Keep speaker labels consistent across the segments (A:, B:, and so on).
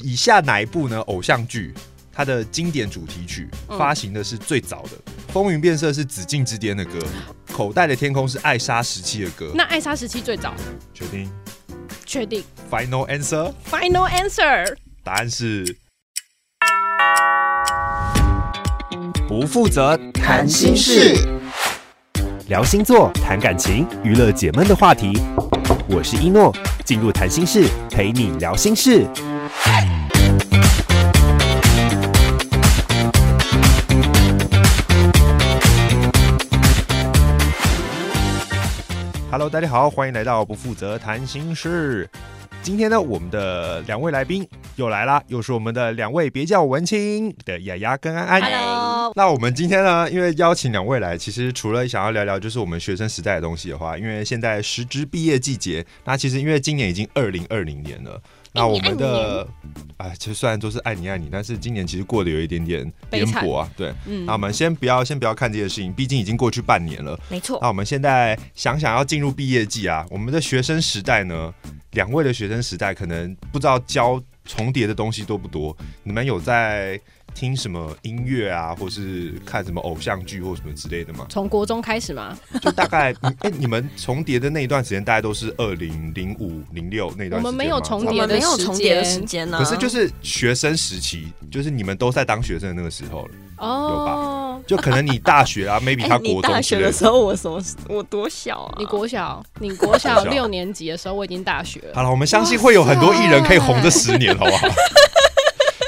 A: 以下哪一部呢？偶像剧它的经典主题曲
B: 嗯
A: 发行的是最早的，风云变色》是紫禁之巅的歌，《口袋的天空》是艾莎时期的歌。
B: 那艾莎时期最早，
A: 决定
B: 确定
A: final answer，
B: final answer。
A: 答案是不负责
C: 谈心事。
D: 聊星座、谈感情、娱乐解闷的话题。我是一诺，进入谈心室，陪你聊心事。
A: Hello，大家好，欢迎来到不负责谈心事。今天呢，我们的两位来宾又来啦，又是我们的两位别叫我文青的雅雅跟安安。
B: Hello，
A: 那我们今天呢，因为邀请两位来，其实除了想要聊聊就是我们学生时代的东西的话，因为现在时值毕业季节，那其实因为今年已经二零二零年了，那我们的哎，其实虽然都是爱你爱你，但是今年其实过得有一点点
B: 悲
A: 颠
B: 惨
A: 簸啊。对，
B: 嗯？
A: 那我们先不要先不要看这些事情，毕竟已经过去半年了。
E: 没错
A: 那，我们现在想想要进入毕业季啊，我们的学生时代呢，两位的学生时代可能不知道教重叠的东西多不多？你们有在听什么音乐啊，或是看什么偶像剧或什么之类的吗
B: 从国中开始吗？
A: 就大概，哎、你们重叠的那一段时间，大概都是二零零五零六那段时间吗
B: 我们没有重
E: 我
B: 叠
E: 们
B: 的
E: 没
B: 时
E: 有
B: 间
E: 重叠啊的时间啊呢、
A: 可是就是学生时期，就是你们都在当学生的那个时候了，
B: 哦，
A: 就可能你大学啊，maybe
E: 哎、
A: 他
E: 你
A: 国
E: 大
A: 中之
E: 学
A: 类
E: 的
A: 的。
E: 时候我什么？我多小啊？
B: 你国小，你国小
A: 国小
B: 六年级的时候我已经大学了。
A: 好了，我们相信会有很多艺人可以红这十年，好不好？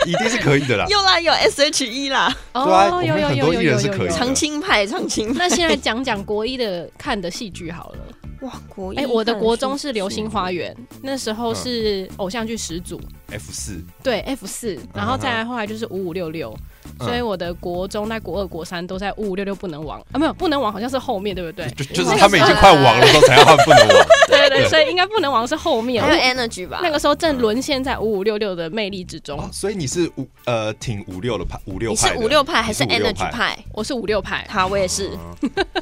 A: 一定是可以的啦。
E: 又啦，有 S H E 啦，
A: 对啊我
B: 哦，
A: 们
B: 有有
A: 很
B: 有
A: 多
B: 有
A: 艺人
B: 有
A: 是可
B: 有
A: 以的
B: 有。
E: 长青派，长青
B: 那
E: 派。
B: 现在讲讲国一的看的戏剧好了。
E: 哇，国一
B: 哎，我的国中是《流星花园》，那时候是偶像剧始祖，
A: F 四，
B: 对 F 四，然后再来后来就是五五六六，所以我的国中、在国二、国三都在五五六六不能亡啊，没有不能亡好像是后面对 不对？
A: 就就是他们已经快亡了，都才要他们不能 亡。
B: 对对，所以应该不能亡是后面。
A: 哎
E: 还有 Energy 吧？
B: 那个时候正沦陷在五五六六的魅力之中
A: 哦，所以你是五呃挺五六的派，五六
E: 你
A: 派
E: 是
A: 的，
E: 五六派还
A: 你
E: 是
A: 是五六
E: Energy 派？
B: 我是五六派，
E: 好，我也是。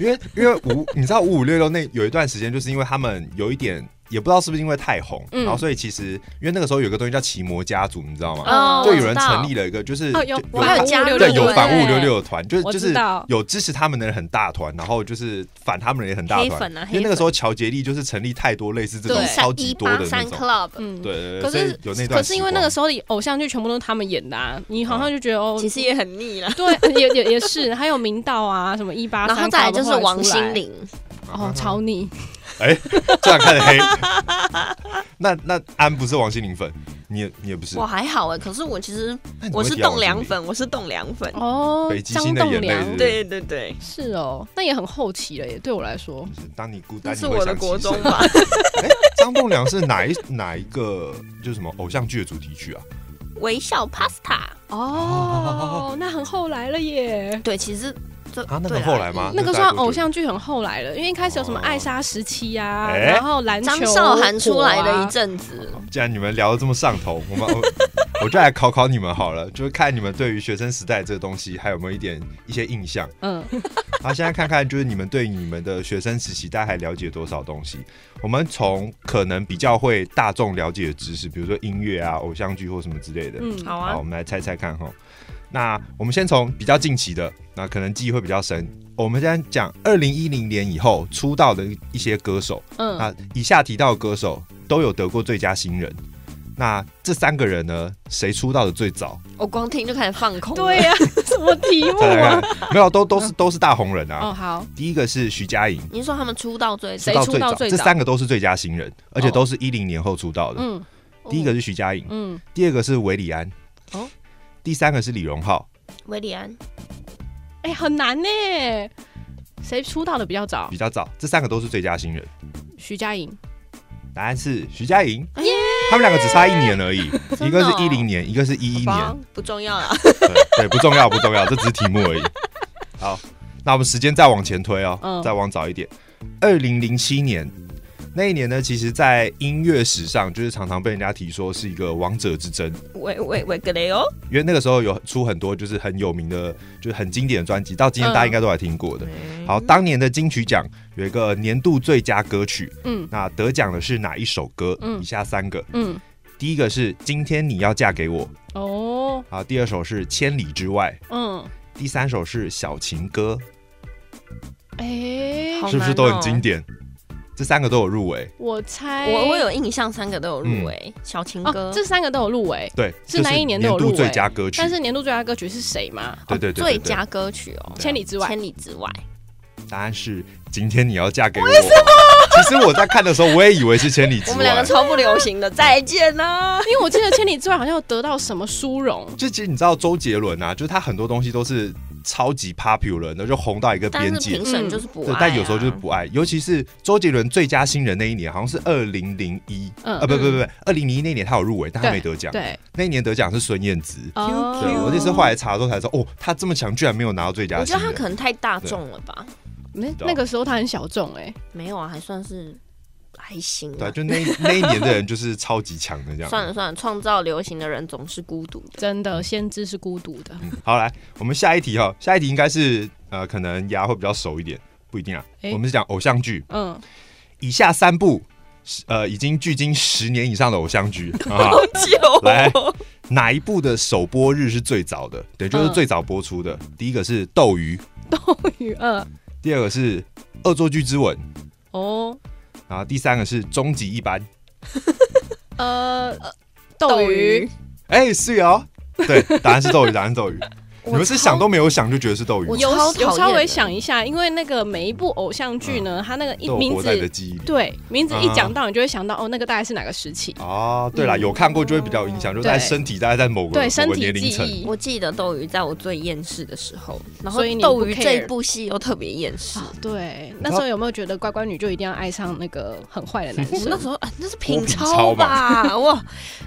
A: 因为因为五，你知道五五六六那有一段时间，就是因为他们有一点也不知道是不是因为太红，
B: 嗯
A: 然后所以其实因为那个时候有个东西叫奇摩家族，你知道吗？
B: 哦
A: 就
E: 我
A: 有
E: 知
A: 人
E: 道
A: 成立了一个，就是
B: 哦有
A: 就
B: 我
E: 还有加入
A: 对有
E: 对
A: 反五五六六的团，就是
B: 我
A: 就
B: 知
A: 是
B: 道
A: 有支持他们的人很大团，然后就是反他们的人也很大
E: 黑
A: 团
E: 粉啊，
A: 因为那
E: 黑
A: 个
E: 粉
A: 时候乔杰利就是成立太多类似这种
B: 对
A: 超级
E: 一
A: 多的
E: 八
A: 那
E: 三
A: 种，
E: Club，
B: 嗯，
A: 对对对，
B: 可
A: 所以
B: 是
A: 有那段，
B: 可是因为那个时候里偶像剧全部都是他们演的啊，你好像就觉得哦，
E: 其实也很腻啦。
B: 对， 也也也是，还有明道啊，什 么一八
E: 然
B: 三，
E: 后再来就是王心
B: 凌，
E: 凌，
B: 哦，超腻，
A: 哎，这样看得黑。 那那安不是王心凌粉，你也你也不是
E: 我，还好哎，可是我其实
A: 那你
E: 我
A: 会
E: 是
A: 提到
E: 栋
A: 王心
E: 梁
A: 凌，
E: 粉，我是栋梁粉。
B: 哦
A: 北，极
B: 张
A: 星的
B: 栋
A: 眼泪
B: 梁
A: 是不是
E: 对对对，
B: 是哦，那也很后期了耶，对我来说，
A: 就是当你孤单，
E: 那是
A: 你会
E: 我的
A: 想起
E: 国中
A: 谁。
E: 吧？
A: 哎，张栋梁是哪一哪一个就是什么偶像剧的主题曲啊？
E: 微笑 Pasta，
B: 哦， 那很后来了耶。
E: 对，其实这
A: 啊那
E: 对嗯
A: 很
E: 啦
A: 后来吗
B: 那
A: 那
B: 个
A: 大概
B: 算
A: 多久
B: 偶像剧很后来了，因为一开始有什么
A: 哦
B: 艾莎时期啊，
A: 哎
B: 然后篮球
E: 张韶涵出来
B: 火
E: 的
B: 啊
E: 一阵子，
A: 既然你们聊得这么上头，我们我我就来考考你们好了，就是看你们对于学生时代这个东西还有没有一点一些印象。
B: 嗯，
A: 好，现在看看就是你们对你们的学生时期大概还了解多少东西？我们从可能比较会大众了解的知识，比如说音乐啊、偶像剧或什么之类的。
B: 嗯，
E: 好
A: 好，
E: 啊
A: 我，们来猜猜看哈。那我们先从比较近期的，那可能记忆会比较深。我们先讲二零一零年以后出道的一些歌手，
B: 嗯，
A: 那以下提到的歌手都有得过最佳新人。那这三个人呢，谁出道的最早？
E: 我光听就开始放空了。
B: 对呀， 什么题目
A: 再来
B: 啊？
A: 看，没有，都都是都是大红人啊。
B: 哦，好，
A: 第一个是徐佳莹，
E: 您说他们出道最
B: 谁
A: 出道
B: 出
A: 最
B: 道
A: 早，
B: 最
A: 这
B: 早
A: 三个都是最佳新人，而且
B: 哦
A: 都是一零年后出道的。
B: 嗯
A: 第一个是徐佳莹，
B: 嗯，
A: 第二个是韦礼安，
E: 哦
A: 第三个是李荣浩，
E: 维里安，
B: 哎，很难呢，谁出道的比较早
A: 比？较早，这三个都是最佳新人。
B: 徐佳莹，
A: 答案是徐佳莹，他们两个只差一年而已，
E: 哦
A: 一个是一零年，一个是一一
E: 好
A: 年
E: 吧。不重要啊啦。
A: 对对，不重要，不重要，这只是题目而已。好，那我们时间再往前推哦，
B: 嗯
A: 再往早一点，二零零七年。那一年呢，其实，在音乐史上，就是常常被人家提说是一个王者之争，
E: 维维维格雷哦欧，
A: 因为那个时候有出很多就是很有名的，就是很经典的专辑，到今天大家应该都还听
B: 嗯
A: 过的。好，当年的金曲奖有一个年度最佳歌曲，
B: 嗯
A: 那得奖的是哪一首歌？
B: 嗯
A: 以下三个：
B: 嗯，
A: 第一个是今天你要嫁给我，
B: 哦，
A: 好，第二首是千里之外，
B: 嗯，
A: 第三首是小情歌，
B: 哎、
E: 好
A: 是不是
E: 难
A: 都很
E: 哦
A: 经典？这三个都有入围，
B: 我猜
E: 我我有印象，三个都有入围。小情歌
B: 哦，，这三个都有入围，
A: 对，
B: 是
A: 就
B: 那一年
A: 年
B: 都有
A: 度
B: 入
A: 最
B: 围
A: 佳歌曲，
B: 但是年度最佳歌曲是谁吗？
A: 对对对对
E: 最
A: 对
E: 佳歌曲哦，
A: 对啊
B: 千里之外
E: 千里之外。
A: 答案是今天你要嫁给我。其实我在看的时候，我也以为是千里之
E: 我们两
A: 外
E: 个。超不流行的，再见啦！
B: 因为我记得《千里之外》好像有得到什么殊荣，
A: 就其实你知道周杰伦啊，就是他很多东西都是超级 popular 的，就红到一个
E: 但
A: 边
E: 是
A: 界
E: 评。
B: 嗯
E: 审就是不爱、
A: 对
E: 啊，
A: 但有时候就是不爱，尤其是周杰伦最佳新人那一年，好像是二零零一，
B: 嗯
A: 啊不不不不，二零零一那年他有入围，但他
B: 对啊
A: 没得奖。
B: 对，
A: 那一年得奖是孙燕姿。
B: 哦
A: 对，我这次后来查的时候才知道，哦，他这么强，居然没有拿到最佳
E: 我
A: 新
E: 觉
A: 人。
E: 得他可能太大众了吧？
B: 那
A: 道
B: 那个时候他很小众哎、
E: 没有啊，还算是还行、啊。
A: 对，就那一那一年的人就是超级强的这样。
E: 算了算了，创造流行的人总是孤独的。
B: 真的，先知是孤独的。
A: 嗯，好，来，我们下一题哈、下一题应该是呃，可能牙会比较熟一点，不一定啊。
B: 诶
A: 我们是讲偶像剧，
B: 嗯，
A: 以下三部是呃已经距今十年以上的偶像剧啊，来哪一部的首播日是最早的？对，就是
B: 嗯
A: 最早播出的。第一个是《斗鱼》，
B: 与二
A: 第二个是《恶作剧之吻》，
B: 嗯哦，
A: 然后第三个是《终极一班》。
B: 呃，斗鱼，
A: 哎，是哦，对，答案是斗鱼，答案是斗鱼。
E: 我
A: 你们是想都没有想就觉得是斗鱼
E: 我
A: 吗，
B: 有
E: 超讨厌
B: 有
E: 的
B: 稍微想一下，因为那个每一部偶像剧
E: 嗯
B: 呢，它那个一
A: 都有
B: 名
A: 活在你的
B: 字，
A: 记忆里。
B: 对名字一
A: 啊
B: 讲到，你就会想到哦，那个大概是哪个时期？
A: 哦，对啦，有看过就会比较有印象，就在
B: 对
A: 身体大概在某个
B: 对，
A: 某
B: 身
A: 个
B: 体
A: 年龄
B: 记
A: 层。
B: 忆。
E: 我记得斗鱼在我最厌世的时候，然后
B: 所以你
E: 斗
B: 不
E: 鱼
B: care
E: 这一部戏又特别厌世。
B: 啊，对，
A: 知
B: 那
A: 道
B: 时候有没有觉得乖乖女就一定要爱上那个很坏的男
E: 我 那
B: 生？
E: 时候啊，那是
A: 郭
E: 品
A: 品超
E: 超吧？ 哇，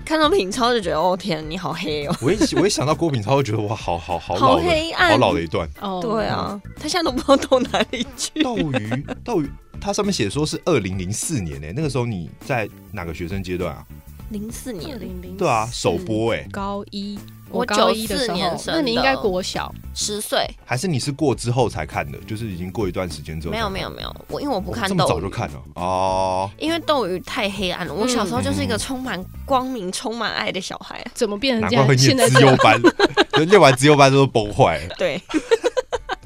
E: 看到品超就觉得，哦天，你好黑哦，
A: 我一我一想到郭品超，就觉得哇，好好好
E: 好
A: 老的，
E: 黑
A: 好
E: 暗，
A: 老的一段。
B: 哦
E: 对，啊，他现在都不知道到哪里去。
A: 斗鱼，斗鱼，它上面写说是二零零四年呢、那个时候你在哪个学生阶段啊？
E: 零四
B: 二
E: 年，
B: 零零
A: 对啊，首播哎、
B: 高一，
E: 我
B: 高一的时
E: 94年
B: 候，
E: 生
B: 那
E: 的
B: 你应该国小，
E: 十岁，
A: 还是你是过之后才看的？就是已经过一段时间之后
E: 没
A: 才
E: 有
A: 看？
E: 没有没有，我因为我不
A: 哦
E: 看
A: 这么早
E: 斗
A: 就
E: 鱼，
A: 看了哦。
E: 因为斗鱼太黑暗了。我小时候就是一个
A: 嗯
E: 充满光明、充满爱的小孩。
B: 怎么变成
A: 难
B: 这
A: 怪会
B: 样？现
A: 念
B: 在
A: 资优班，就念完资优班之后崩坏了。，
E: 对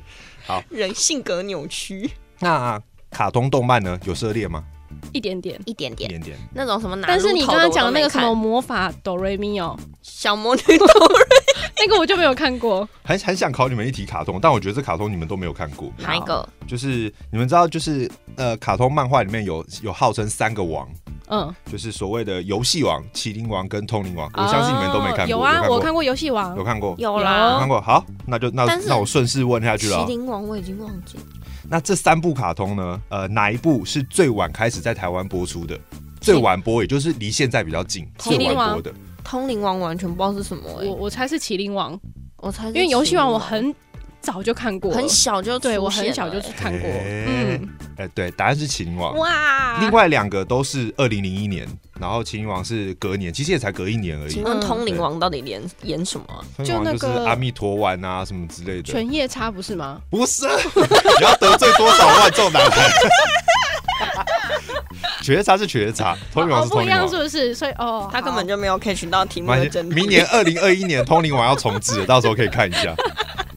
A: 好，
E: 人性格扭曲
A: 那卡通动漫呢？有涉猎吗？
B: 一点点。
E: 一点
A: 一
E: 点，
A: 点点。
E: 那种什么拿
B: 但是你
E: 入头
B: 刚刚
E: 的我
B: 讲的
E: 都
B: 那
E: 没
B: 个什么
E: 看
B: 魔法哆瑞咪哦，
E: 小魔女斗 鱼，
B: 那个我就没有看过。
A: 很很想考你们一题卡通，但我觉得这卡通你们都没有看过。
E: 哪一个？
A: 就是你们知道，就是呃，卡通漫画里面有有号称三个王，
B: 嗯，
A: 就是所谓的游戏王、麒麟王跟通灵王。我相信你们都没看
E: 哦
A: 过，
B: 有啊，
A: 有
B: 我
A: 看
B: 看过《游戏王
A: 过，有》。看过，
E: 有
A: 有
E: 啦
A: 看，过。好，那就那
E: 但是
A: 那我顺势问下去了
E: 麒
A: 哦。
E: 麟王我已经忘记了，
A: 那这三部卡通呢？呃，哪一部是最晚开始在台湾播出的？最晚播，也就是离现在比较近，
E: 麒
A: 最
E: 麟王
A: 晚播的。
E: 通灵王完全不知道是什么哎
B: 我，我猜是《麒麟王》，
E: 我猜是
B: 因为《游戏王》我
E: 麒麟
B: 很早就看过了，
E: 很小就
B: 对我
E: 出现
B: 很小就
E: 了
B: 去看过。
A: 哎
B: 嗯，
A: 哎、对，答案是麒麟王。
E: 哇
A: 另外两个都是二零零一年，然后麒麟王是隔年，其实也才隔一年而已
E: 请。
B: 嗯
E: 问通灵
A: 对
E: 王到底演演什么啊？
A: 通常
B: 就那
A: 就是
B: 个
A: 阿弥陀丸啊什么之类的，
B: 犬夜叉不是吗？
A: 不是， 你要得罪多少万众男孩？ 觉察是觉察，通灵王
B: 哦，
A: 是
B: 不
A: 通
B: 一
A: 灵
B: 样
A: 王
B: 是。不是？所以哦，
E: 他根本
B: 就
E: 就没有 catch 到题
A: 没
E: 目
A: 关
E: 的
A: 系
E: 真谛。
A: 明年二零二一年通灵王要重置了，到时候可以看一下。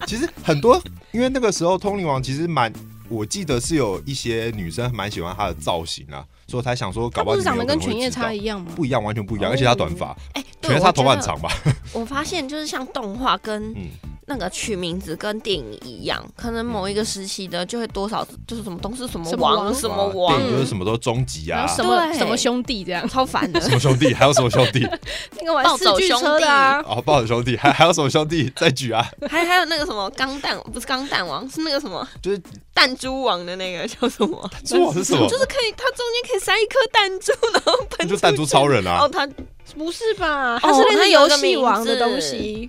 A: 其实很多，因为那个时候通灵王其实蛮，我记得是有一些女生蛮喜欢他的造型啊，所以我才想说，搞
B: 他
A: 不好
B: 不
A: 你
B: 是
A: 们
B: 长
A: 有
B: 得
A: 可能
B: 跟
A: 会
B: 犬夜
A: 知道
B: 叉一样吗？
A: 不一样，完全不一样，
E: 哦
A: 而且他短发，
E: 哎，
A: 犬
E: 对，
A: 夜
E: 我
A: 叉头
E: 觉
A: 发很
E: 得
A: 长吧？
E: 我发现就是像动画跟
A: 嗯
E: 那个取名字跟电影一样，可能某一个时期的就会多少就是什么东西什么
B: 什么
E: 王
B: 王
E: 什么
A: 哇
E: 王
A: 电，影就是什么都终极
B: 然
A: 啊，
B: 后
A: 什
B: 什么
E: 对
B: 什么兄弟这样，
E: 超烦 的。
A: 么兄弟，还有什么兄弟？
B: 那个玩
E: 暴
B: 四
E: 走
B: 驱
E: 兄
B: 车的啊，
A: 哦，暴走兄弟，还还有什么兄弟？再举啊！
E: 还还有那个什么钢弹，不是钢弹王，是那个什么
A: 就是
E: 弹珠王的那个叫什么？
A: 这我是什么
E: 就？是可以，它中间可以塞一颗弹珠，然后喷
A: 就弹珠超人啊
E: 哦，！它
B: 不是吧？
E: 哦
B: 它是类
E: 它
B: 似
E: 有
B: 游
E: 个
B: 戏
E: 名
B: 王
E: 字
B: 的东西，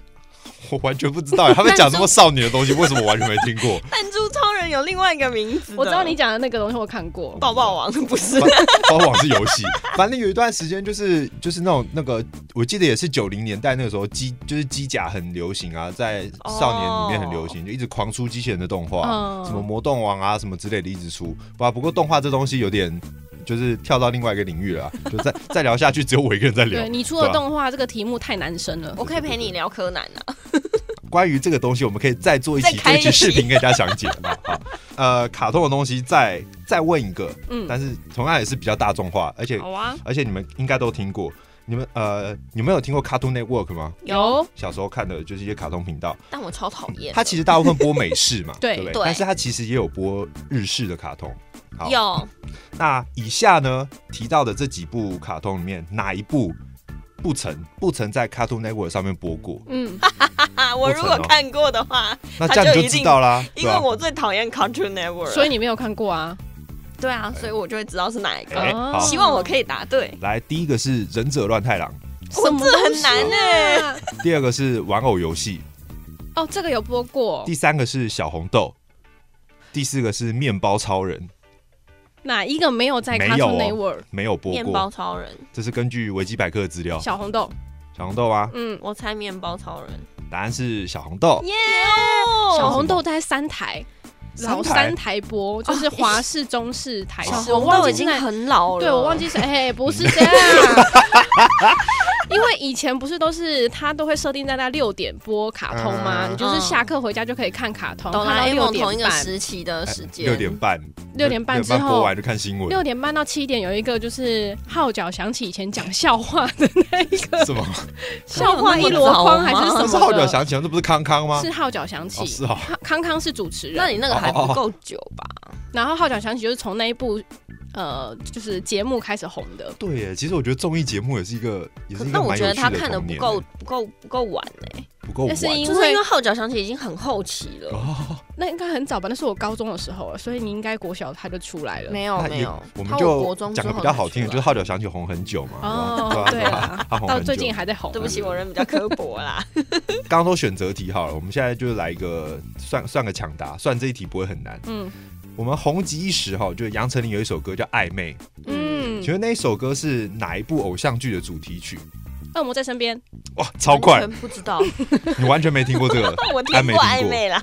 A: 我完全不知道，他们讲这么少年的东西，为什么我完全没听 过？
E: 弹珠超人有另外一个名字的。
B: 我知道你讲的那个东西，我看过。
E: 抱抱王 不是？
A: 官网是游戏， 反正有一段时间就是就是那种那个，我记得也是九零年代那个时候机就是机甲很流行啊，在少年里面很流行，就一直狂出机器人的动画，
B: 嗯
A: 什么魔动王啊什么之类的一直出。哇，不过动画这东西有点就是跳到另外一个领域了啊、就再再聊下去，只有我一个人在聊
B: 对。你出
A: 对啊
B: 了
A: 吧
B: 动画这个题目太难深了
E: 我，可以陪你聊柯南啊，
A: 关于这个东西，我们可以再做一期
E: 再开
A: 这
E: 一
A: 一期视
E: 集
A: 频跟大家详解，好 不好？呃，卡通的东西再再问一个，
B: 嗯，
A: 但是同样也是比较大众化，而且
E: 好啊，
A: 而且你们应该都听过。你们呃，你们有听过 Cartoon Network 吗？
B: 有
A: 小时候看的就是一些卡通频道，
E: 但我超讨厌的。
A: 它其实大部分播美式 嘛，
B: 对
A: 不对？
E: 对
A: 但是它其实也有播日式的卡通。好
E: 有
A: 那以下呢提到的这几部卡通里面，哪一部不曾不曾在 Cartoon Network 上面播过？
B: 嗯，
E: 啊，我如果看过的话，
A: 那
E: 它
A: 这样你
E: 就一
A: 就知
E: 定
A: 道啦，对
E: 因为
A: 吧？
E: 我最讨厌 Cartoon Network，
B: 所以
E: 以
B: 你没有看过啊？
E: 对啊，所以我就会知道是哪一个。
A: 哎
B: 哦
A: 好
E: 希望我可以答对，
A: 来，第一个是《忍者乱太郎
E: 我
B: 什么
E: 这
B: 东
E: 很
B: 西
E: 难呢。
B: 啊？》，
A: 第二个是《玩偶游戏
B: 哦，这个有播》，过
A: 第，三个是《小红豆》，第四个是《面包超人》，
B: 哪一个没有在
A: 没有
B: Cartoon
A: 哦
B: Network？
A: 没有播
E: 面包
A: 过。
E: 超人，
A: 这是根据维基百科的资料。
B: 小红豆，
A: 小红豆啊，
B: 嗯，
E: 我猜面包超人。
A: 答案是小红豆。
E: 耶！哦
B: 小红豆在三台。哦
A: 三
B: 老
A: 台
B: 三台播，就是
E: 啊
B: 华视、中视、台
E: 小
B: 视，我
E: 红
B: 忘
E: 豆
B: 记
E: 已
B: 是
E: 经
B: 哪
E: 很老了，
B: 对，我忘记谁，嘿，不是这样。 因为以前不是都是他都会设定在那六点播卡通吗？
A: 嗯
B: 你就是下课回家就可以看卡通，
E: 嗯哆
B: 看
E: 啦
B: 到
E: A
B: 六
E: 梦同一
B: 点
E: 个
B: 半，
E: 时期的时间，
A: 哎六点半，
B: 六点半之后
A: 播完就看新闻，
B: 六点半到七点有一个就是号角响起以前讲笑话的那一个
A: 什么？
B: 笑话一箩筐还是什
A: 这
B: 么
A: 是号角
B: 的，
A: 响起，这不是康康吗？
B: 是号角响起
A: 哦，。是哦，
B: 康康康是主持
E: 那
B: 人，
E: 你那个还不够久吧？
B: 然后号角响起就是从那一部呃就是节目开始红的，
A: 对耶。其实我觉得综艺节目也是一个，也
E: 可
A: 哦是一
E: 那
A: 个
E: 我
A: 蛮
E: 觉
A: 有
E: 得
A: 趣
E: 他
A: 的
E: 看的
A: 童
E: 不
A: 年，
E: 够不够不够晚哎、
A: 不够
B: 那是
A: 晚
B: 因
E: 就是因
B: 为
E: 为号角响起已经很后期了，
A: 哦。
B: 那应该很早吧？那是我高中的时候了，所以你应该国小他就出来了。
E: 没有
A: 那
E: 哦没
A: 也
E: 有，
A: 我
E: 他
A: 们
E: 国中
A: 就
E: 之
A: 讲个
E: 后
A: 比较好听的，
E: 才
A: 就是
E: 出
A: 号角响起红很久嘛，
B: 哦
A: 对吧
B: 对
A: 对吧
B: 啊？
A: 它红
B: 到
A: 很久
B: 最。近还在红啊
E: 来。对不起，我人比较刻薄啦。
A: 刚刚都选择题好了，我们现在就来一个算算个抢答，算这一题不会很难。
B: 嗯
A: 我们红极一时哈，就是杨丞琳有一首歌叫《暧昧》，
B: 嗯
A: 请，问那一首歌是哪一部偶像剧的主题曲？
B: 恶魔在身边，
A: 哇，超快
E: 完！全不知 道，
A: 你完全没听过这个
E: 我听
A: 安美
E: 过
A: 听
E: 暧
A: 过
E: 昧啦，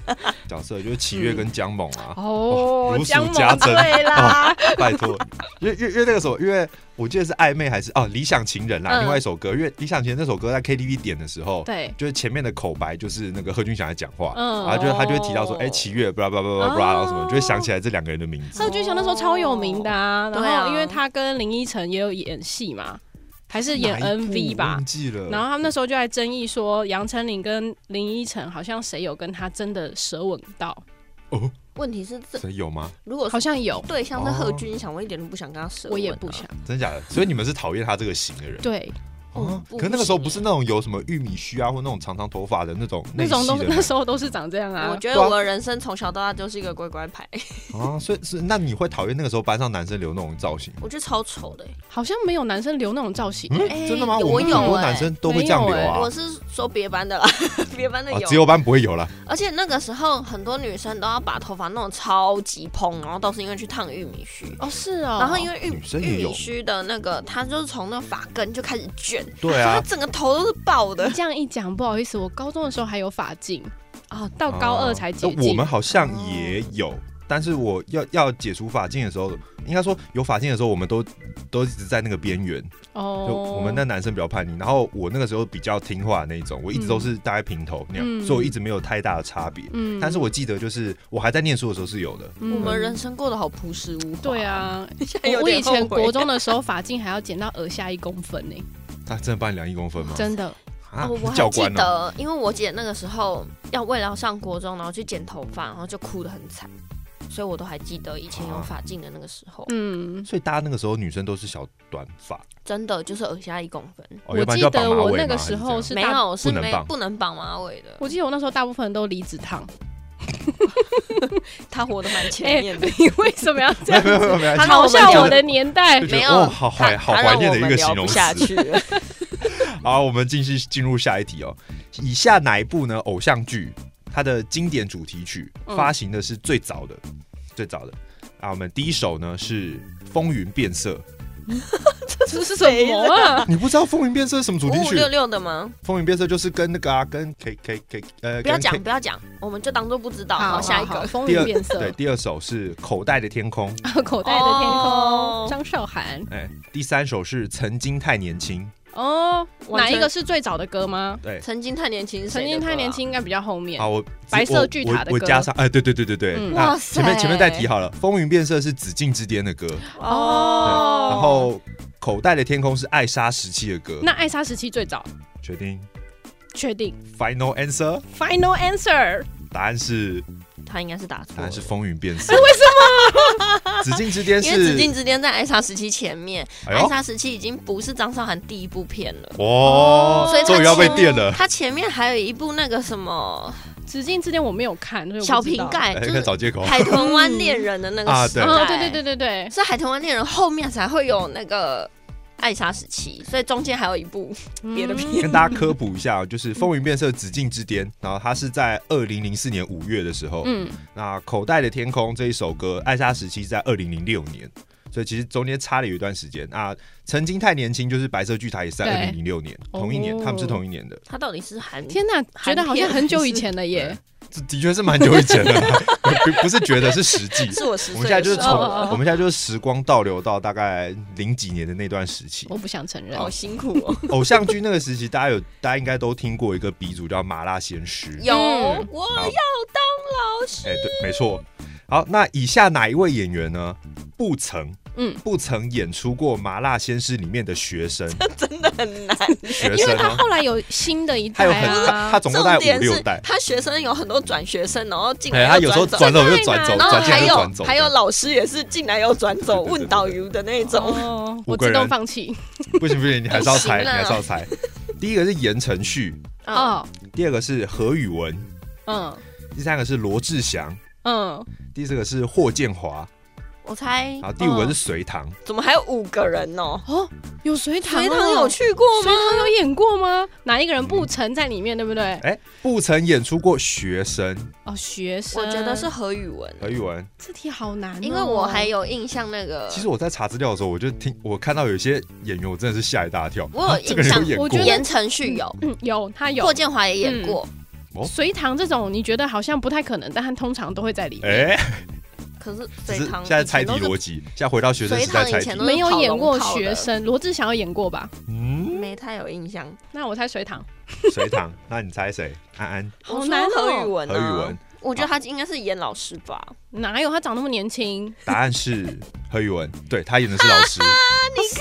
A: 角色，就是齐越跟江猛啊。哇
B: 哦
A: 如数
B: 江猛
A: 家珍
B: 对啦，
A: 拜托，因为因为因为那个时候，因为我记得是暧昧还是哦理想情人啦，
B: 嗯
A: 另外一首歌，因为理想情人那首歌在 KTV 点的时候，
B: 对，
A: 就是前面的口白就是那个贺军翔在讲话，
B: 嗯
A: 然后就他就会提到说，
E: 哦
A: 哎、齐月，巴拉巴拉巴拉巴拉，然后什么，
B: 哦
A: 就会想起来这两个人的名字。
B: 贺军翔那时候超有名的啊，
E: 哦
B: 然
E: 对
B: 后
E: 啊
B: 因为他跟林依晨也有演戏嘛，还是演
A: 哪一部
B: NV 吧
A: 忘。记了。
B: 然后他们那时候就在争议说，杨丞琳跟林依晨好像谁有跟他真的舌吻到，
E: 问题是这
A: 所以有吗？
E: 如果
B: 好像有，
E: 对象是贺军翔，我一点都不想跟他舌吻啊
B: 我也不想。。
A: 真假的？所以你们是讨厌他这个型的人
B: 对，
A: 哦
E: 不
A: 可是那个时候
E: 嗯不
A: 不
E: 行
A: 是那种有什么玉米须啊，或那种长长头发的那种
B: 那种
A: 内啊
B: 都
A: 系的
B: 那
A: 人
B: 时候都是 长这样
E: 我
B: 啊。
E: 觉得我的人生从小到大就是一个乖乖牌，
A: 啊，所以是那你会讨厌那个时候班上男生留那种造型吗？
E: 我觉得超丑的欸、
B: 好像没有男生留那种造型，欸
A: 嗯，
E: 哎
A: 真的吗？
E: 有
A: 我们很
E: 有
A: 多
E: 哎
A: 男生都会这样留
B: 没有哎
A: 啊。
E: 我是说别班的啦， 别班的
A: 啊
E: 有，，
A: 只有班不会有了。
E: 而且那个时候很多女生都要把头发弄得超级蓬，然后都是因为去烫玉米须。
B: 哦，是哦。
E: 然后因为玉
A: 女生也
E: 玉
A: 有
E: 米须的那个，它就是从那发根就开始卷，
A: 对
E: 它
A: 啊，
E: 整个头都是爆的
B: 你。这样一讲，不好意思，我高中的时候还有发镜
E: 啊，
B: 到高二才解
A: 哦
B: 禁。哦
A: 我们好像也有，但是我要要解除法禁的时候，应该说有法禁的时候，我们都都一直在那个边缘。就
B: 哦，
A: 我们那男生比较叛逆，然后我那个时候比较听话的那种，我一直都是大概平头那样，
B: 嗯
A: 所以我一直没有太大的差别。
B: 嗯
A: 但是我记得就是我还在念书的时候是有的，
B: 嗯
E: 我们人生过得好朴实无华。
B: 对， 啊，
E: 在有
B: 我我
E: 点
B: 以前
E: 后悔
B: 国中的时候发镜还要剪到耳下一公分呢，
A: 他、真的帮你量一公分吗？
B: 真的。哦
A: 啊，
E: 哦我我
A: 教
E: 还记
A: 官呢、
E: 得，因为我姐那个时候要为了要上国中，然后去剪头发，然后就哭得很惨，所以我都还记得以前有发镜的那个时候，
B: 嗯，
A: 所以大家那个时候女生都是小短发，
E: 真的就是耳下一公分，
A: 哦、
B: 我
A: 要不然
B: 记
A: 就要绑
B: 得
A: 马
B: 我
A: 尾
B: 那
A: 吗
B: 个
A: 还
B: 时
A: 怎
B: 候
A: 样
B: 是
E: 没
B: 大，
E: 有是
A: 不能
E: 没
A: 绑
E: 不能绑马尾的，
B: 我记得我那时候大部分人都离子烫。
E: 她活得蛮前面 的。
B: 你为什么要这样
A: 没有没有没有，
E: 他让
B: 嘲
E: 我们
B: 笑
E: 觉
B: 我
E: 得
B: 的年代
A: 就？觉
E: 没
A: 得
E: 有
A: 哦，好怀
E: 她
A: 好
E: 她
A: 怀
E: 让
A: 念
E: 我
A: 的一
E: 们
A: 个形
E: 聊
A: 容
E: 不
A: 词。
E: 下去 了。
A: 好，我们继续进入下一题哦。以下哪一部呢？偶像剧它的经典主题曲
B: 嗯
A: 发行的是最早的，最早的。啊，我们第一首呢是《风云变色》，
B: 这是什么啊？
A: 你不知道风云变色是什么主题
E: 五五
A: 曲？
E: 六六的 吗？
A: 风云变色就是跟那个啊，跟 K K K 呃，
E: 不
A: 跟
E: 要
A: K-
E: 讲，不要讲，我们就当做不知道。
B: 好，
E: 下一
B: 好
E: 个，
B: 风
A: 第
B: 云
A: 二
B: 变色
A: 对，，第二首是《口袋的天空》，
B: 口袋的天
E: 哦
B: 空，张韶涵。
A: 哎，第三首是《曾经太年轻》，
B: 哦，
E: 完
B: 哪
E: 全
B: 一个是最早的歌吗？
A: 对，
E: 曾经太年轻，
B: 曾经太年。轻应该比较后面
A: 好，。啊我
B: 白色巨塔
A: 我
B: 的
A: 我我
B: 歌
A: 加上，哎，对对对对对，
B: 嗯
A: 那
E: 哇塞
A: 前面前面再提好了，《风云变色》是紫禁之巅的歌，
E: 哦，
A: 然后《口袋的天空》是艾莎时期的歌。
B: 那艾莎时期最早，
A: 决定
B: 确定
A: final answer，
B: final answer。
A: 答案是
E: 他应该是打错
A: 答
E: 了
A: 案是。风云变色。为什么？紫禁之巅
E: 因为紫禁
A: 是，
E: 之巅在艾莎时期前面，
A: 哎
E: 艾
A: 呦，
E: 莎时期已经不是张韶涵第一部片了，
A: 哦，
E: 所以
A: 终于要被电了。
E: 她前面还有一部那个什么
B: 紫禁之巅我没有看，所以我不知道啊
E: 小瓶。盖，
A: 哎，
E: 就
A: 在
E: 是
A: 找借口。
E: 海豚湾恋人的那
A: 啊
E: 个时代。
B: 哦，对对对对对，
E: 是海豚湾恋人后面才会有那个艾莎时期，所以中间还有一部别
B: 嗯
E: 的片
A: 跟大家科普一下，就是《风云变色》紫禁之巅，然后它是在二零零四年五月的时候，
B: 嗯，
A: 那《口袋的天空》这一首歌，艾莎时期是在二零零六年，所以其实中间差了有一段时间。那曾经太年轻，就是白色巨塔也是在二
B: 对
A: 零零六年，同一年，
B: 哦
A: 他们是同一年的，
E: 他到底是韩
B: 天哪，觉得好像很久以前了耶。
A: 这的确是蛮久以前的 啦，不不是觉得是实际。
E: 是我十
A: 我
E: 岁
A: 们现在
E: 的
A: 就
E: 时
A: 是
E: 候，
A: 从
B: 哦哦哦
A: 我们现在就是时光倒流到大概零几年的那段时期，
B: 我不想承认。
E: 好辛苦哦。
A: 偶像剧那个时期，大家有大家应该都听过一个鼻祖叫麻辣鲜师，
E: 有，
B: 嗯
E: 我要当老师。
A: 哎、对，没错。好，那以下哪一位演员呢？不曾，
B: 嗯
A: 不曾演出过《麻辣鲜师》里面的学生，
E: 真的很难。
A: 学
B: 因为
A: 生
B: 他
A: 哦，
B: 后来有新的一
A: 他
B: 代
A: 有很他
B: 啊
A: 他，总共大概
E: 重
A: 五
E: 点
A: 六
E: 是
A: 代，
E: 他学生有很多转学生，然后进
A: 哎、
E: 来
A: 他
E: 又
A: 有时候
E: 走，
A: 转走又转走，
B: 真的
E: 然
B: 吗
E: 后
A: 转进
E: 还
A: 来又
E: 有
A: 转走，
E: 还有老师也是进来又转
A: 对
E: 走，
A: 对对
E: 问导游的那种。
B: 哦，
A: 五
B: 我
A: 个人
B: 自动放弃。
A: 不行不行，你还是要猜，
E: 不
A: 你
E: 行啦
A: 还是要猜。第一个是言承旭，
E: 哦，
B: 哦，
A: 第二个是何宇文，
B: 嗯
A: 第三个是罗志祥，
B: 嗯，
A: 第四个是霍建华，
E: 我猜
A: 然后第五个
E: 哦
A: 是隋唐。
E: 怎么还有五个人哦？
B: 哦，有隋唐，
E: 隋唐有，去过
B: 隋
E: 吗？
B: 唐有演过吗？哪一个人
A: 嗯
B: 不曾在里面，对不对？
A: 哎、不曾演出过学生
B: 哦，学生，
E: 我觉得是何宇文，
A: 何宇文。
B: 这题好难哦，
E: 因为我还有印象那个，
A: 其实我在查资料的时候，我就听我看到有些演员，我真的是吓一大跳。
E: 我有
A: 啊这个人
E: 印象
A: 有演过
B: 我觉得
E: 言承旭有，
B: 嗯有他有
E: 霍建华也演过，
A: 哦
B: 隋唐这种，你觉得好像不太可能，但他通常都会在里面。
A: 哎、
E: 可是
A: 只
E: 隋
A: 是
E: 唐
A: 现在猜
E: 以
A: 题
E: 前都是
A: 逻辑，现在回到学生
E: 隋
A: 时代
E: 唐
A: 猜
E: 以
A: 题
E: 前。都是
B: 没有演过
E: 跑龙套
B: 学
E: 的，
B: 生，罗志祥有演过吧？
A: 嗯，
E: 没太有印象。
B: 那我猜隋唐，
A: 隋唐，那你猜谁？安安、
B: 好难
E: 我说何宇
B: 哦，
E: 文、啊，
A: 何宇文，
E: 我觉得他应该是演老师吧。
B: 哪有他长那么年轻？
A: 答案 是何宇文，对他演的
E: 啊
A: 是老师，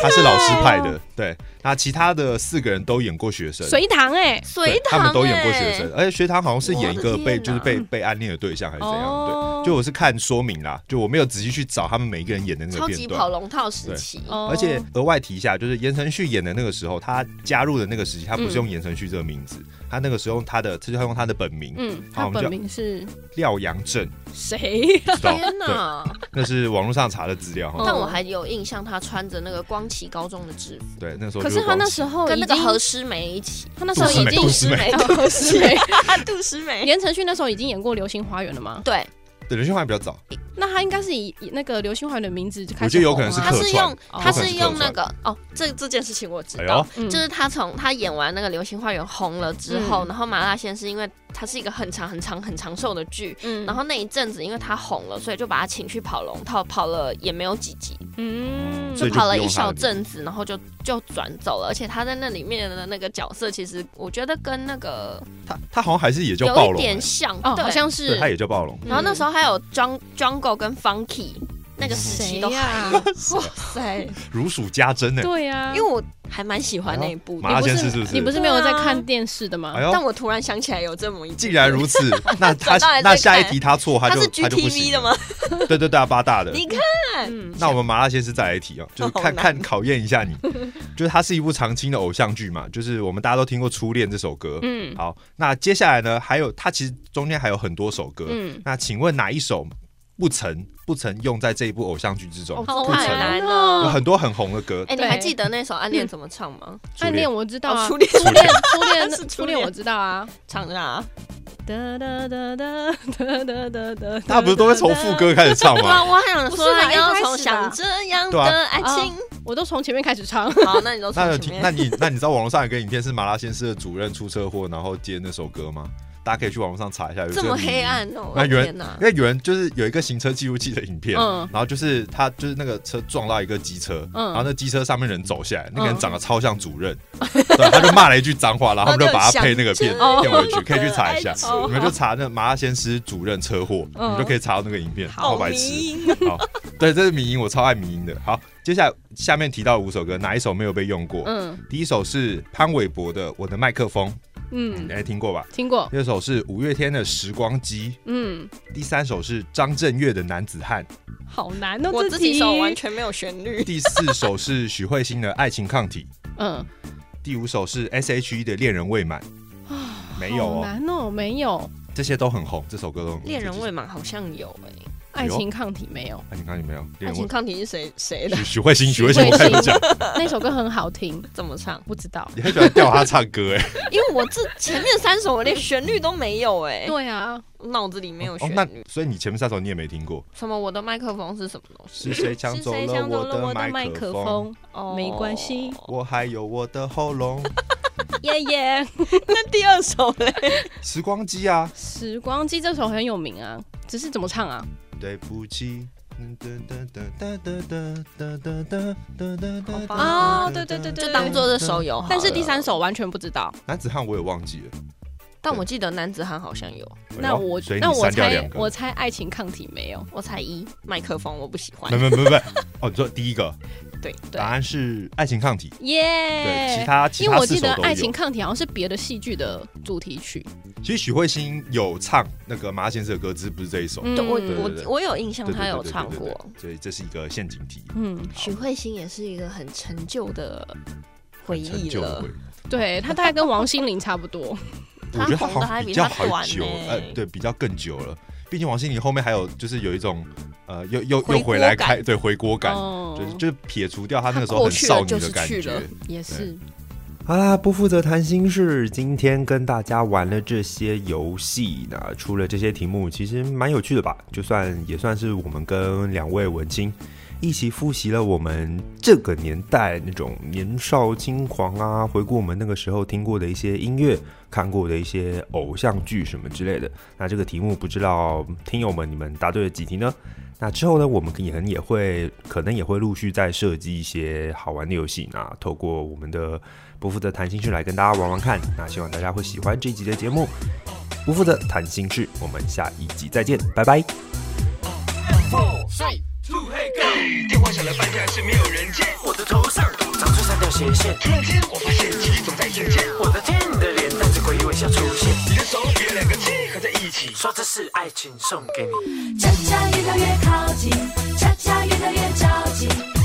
A: 他是老师派
E: 哦
A: 的，对。那其他的四个人都演过学生，
B: 隋唐哎，
E: 隋
A: 对，
E: 唐、
A: 他
E: 欸、
A: 们都演过学生，而且学堂好像是演一
E: 哎我
A: 个
E: 的天
A: 被
E: 哪
A: 就是被被暗恋的对象还是怎样，对。
B: 哦
A: 就我是看说明啦，就我没有仔细去找他们每一个人演的那个
E: 超
A: 片
E: 级跑
A: 段。
E: 龙套时期。
B: 哦
A: 而且额外提一下，就是言承旭演的那个时候，他加入的那个时期，他不
E: 嗯
A: 是用言承旭这个名字，他那个时候用他的，他就用他的本名
B: 嗯，
A: 好
B: 他
A: 我们就
B: 本名是
A: 廖阳正，
B: 谁？
A: 知道？
E: 天
A: 对，
E: 哪！
A: 那是网络上查的资料哈。
B: 嗯
E: 但我还有印象，他穿着那个光启高中的制服，
A: 对，那时候
B: 可
A: 就是
B: 他那
A: 光
B: 时候
E: 跟
B: 哦已
E: 那个
B: 经
E: 何诗梅一起。
B: 他那时候已
A: 杜
B: 经
A: 诗梅
E: 杜
B: 哦是 没
E: 杜诗梅，
B: 言承旭那时候已经演过《流星花园》了吗？
E: 对，
A: 对刘俊华比较早，
B: 那他应该是以以那个《流星花园》的名字就开始
A: 我觉得有可能是
B: 红啊
E: 他
A: 客
E: 是用
B: 哦
E: 他是用那个哦，这这件事情我知
A: 哎
E: 道
A: 呦，
B: 嗯
E: 就是他从他演完那个《流星花园》红了之后，
B: 嗯
E: 然后麻辣鲜师因为它是一个很长很长很长寿的剧，
B: 嗯
E: 然后那一阵子因为他红了，所以就把他请去跑龙套，跑了也没有几集，
B: 嗯
A: 所以就
E: 跑了
A: 不用
E: 一
A: 他的
E: 小
A: 名
E: 阵子，然后就就转走了。而且他在那里面的那个角色，其实我觉得跟那个
A: 他他好像还是也叫暴
E: 有一
A: 龙欸，
E: 点像，
B: 哦
E: 对嗯
B: 好。像是
A: 对，他也叫暴龙。
E: 然后那时候还有 Jung Jungle 跟 Funky 那个时
B: 谁
E: 期都还
B: 呀？
E: 哇 塞，
A: 如数家珍呢。哎
B: 对呀，
E: 因为我还蛮喜欢那一部的，
A: 麻辣
B: 不
A: 鲜
B: 是
A: 师是不是？
B: 你不是没有在
E: 对
B: 看
E: 啊
B: 电视的吗
A: 哎？呦
E: 但，我突然想起来有这么一部，
A: 既然如 此，那他
E: 转到来再
A: 那下一
E: 看
A: 题他错，他
E: 他
A: 就是他就不行
E: GTV 的吗？？
A: 对对对啊，八大的。
E: 你看
B: 嗯，
A: 那我们麻辣鲜师再来一题啊，就是看
E: 好难
A: 看考验一下 你，就是它是一部常青的偶像剧嘛，就是我们大家都听过《初恋》这首歌。
B: 嗯
A: 好，那接下来呢，还有它其实中间还有很多首歌，
B: 嗯，
A: 那请问哪一首不曾不曾用在这一部偶像剧之中？
B: 哦
E: 好
A: 不成
E: 难
A: 有
E: 哦。
A: 很多很红的歌，
E: 哎，你
B: 对
E: 还记得那首《暗恋》怎么唱吗？
A: 初
B: 暗
A: 恋
B: 恋我知道啊，
E: 哦初恋
B: 初恋初恋
E: 是初
B: 初恋
E: 恋
B: 我知道啊，
E: 唱的啊，
B: 哒哒哒哒哒哒哒哒，
A: 大家不是都会从副歌开始唱
E: 对
A: 吗？
E: 啊，我想
B: 不是
E: 说
B: 啦
E: 你要
B: 一开
E: 从
B: 始吧
E: 想这样
A: 对
E: 的
A: 啊
E: 爱情。
B: 我都从前面开始唱。
E: 好，那你都
A: 那
E: 从
A: 有
E: 前
A: 听？
E: 面
A: 那你那你知道网络上有个影片是麻辣鲜师的主任出车祸，然后接那首歌吗？大家可以去网络上查一下。有
E: 这
A: 个
E: 么
A: 迷
E: 黑暗哦！我
A: 那
E: 的
A: 有人
E: 天哪
A: 因！为有人就是有一个行车记录器的影片，
B: 嗯
A: 然后就是他就是那个车撞到一个机车，
B: 嗯
A: 然后那机车上面人走下来，那个人长得超像主任， 对，他就骂了一句脏话，然后他们就把他配那个片
E: 哦
A: 片尾曲，可以去查一下，
E: 哦
A: 你们就查那麻辣鲜师主任车祸，你
B: 嗯
A: 们就可以查到那个影片，超
E: 好
A: 白
E: 迷
A: 痴。
E: 因
A: 好，对，这是迷音，我超爱迷音的。好，接下来下面提到五首歌，哪一首没有被用过？
B: 嗯
A: 第一首是潘玮柏的《我的麦克风》，你
B: 嗯，
A: 来听过吧？
B: 听过。
A: 第二首是五月天的《时光机》，
B: 嗯，
A: 第三首是张震岳的《男子汉
B: 好难哦，
E: 我
B: 这
E: 自
B: 题
E: 己手完。全没有旋》，律，
A: 第四首是许慧欣的《爱情抗体
B: 嗯，》，
A: 第五首是 S.H.E 的《恋人未满》。没有哦，
B: 好难哦，没有。
A: 这些都很红，这首歌都很红。
E: 恋人
A: 这
E: 未
A: 几
E: 满好像有
B: 欸
E: 哎，
B: 爱情抗体没有，
A: 爱情抗体没有？
E: 爱
A: 恋人
E: 情
A: 未
E: 抗体是谁谁的？
A: 许许慧欣，许慧
B: 许
A: 欣，
B: 慧
A: 我跟你
B: 欣
A: 讲，
B: 那首歌很好 听，
E: 怎么唱？
B: 不知道。
A: 你很喜欢吊他唱歌哎。
E: 因为我这前面三首我连旋律都没有哎，
B: 对啊，
E: 脑子里没有
A: 哦
E: 旋，
A: 那
E: 律。
A: 所以你前面三首你也没听过。
E: 什么？我的麦克风是什么东西？
A: 是谁抢
B: 是
A: 走
B: 谁
A: 了
B: 抢走了
A: 我
B: 我的麦
A: 麦
B: 克
A: 克？
B: 风？
E: 哦
B: 没关系
A: 我还有我的喉咙。
B: 耶耶！
E: 那第二首嘞？
A: 时光机啊，
B: 时光机这首很有名啊，只是怎么唱啊？
A: 对不起。哦
B: 哦对对对对
E: 就当做这手游好了。
B: 但是第三首完全不知道。
A: 男子汉我也忘记了。
E: 但我记得男子汉好像有，
B: 那我
A: 哎所以
B: 那
A: 你
B: 我
A: 删掉
B: 猜
A: 两个。
B: 我猜爱情抗体没有。
E: 我才一麦克风我不喜欢
A: 没。没 没没，哦，你说第一个
E: 对，哎
B: 对
A: 答，案是爱情抗体，对，其
B: 耶！
A: 他其
B: 因为
A: 他
B: 我
A: 四
B: 记
A: 首
B: 得
A: 都
B: 爱情
A: 有。
B: 抗体好像是别的戏剧的主题曲。
A: 其实许慧欣有唱那个麻辣先生的歌，只是不是这一首。
B: 嗯
E: 对我
A: 对对对
E: 我我有印象
A: 对对
E: 他
A: 对对
E: 有
A: 对
E: 唱
A: 对对
E: 过。
A: 所以这是一个陷阱题，
B: 嗯，
A: 好
E: 许慧欣也是一个很陈旧的回
A: 很陈
E: 忆
A: 旧的
E: 了
A: 回。忆。
B: 对，他大概跟王心凌差不多。
A: 我
E: 他
A: 觉得
E: 红
A: 好
E: 的还
A: 像比
E: 比
A: 较
E: 他
A: 好
E: 短
A: 久，
E: 呢
A: 呃，对，比较更久了。毕竟王心凌后面还有就是有一种呃，又又
E: 回
A: 又回来
E: 锅感
A: 开对回锅感，
B: 哦
A: 就是就是撇除掉她那个时候
E: 她过
A: 很
E: 去
A: 少
E: 了
A: 女
E: 就
A: 的
E: 是
A: 感
E: 去
A: 觉
E: 了。
B: 也是，
D: 好啦，不负责谈心事，今天跟大家玩了这些游戏，那出了这些题目，其实蛮有趣的吧？就算也算是我们跟两位文青一起复习了我们这个年代那种年少轻狂啊，回顾我们那个时候听过的一些音乐，看过的一些偶像剧什么之类的。那这个题目不知道听友们你们答对了几题呢？那之后呢，我们也很也会可能也会陆续再设计一些好玩的游戏，那透过我们的不负责谈心事来跟大家玩玩看。那希望大家会喜欢这一集的节目。不负责谈心事，我们下一集再见，拜拜。
C: 电话响了半天还是没有人接，我的头上长出三条斜线。突然间我发现奇迹总在眼前，我的天，你的脸带着诡异微笑出现，你的手比两个七合在一起，说这是爱情送给你。
F: 恰恰越聊越靠近，恰恰越聊越着急，哦哦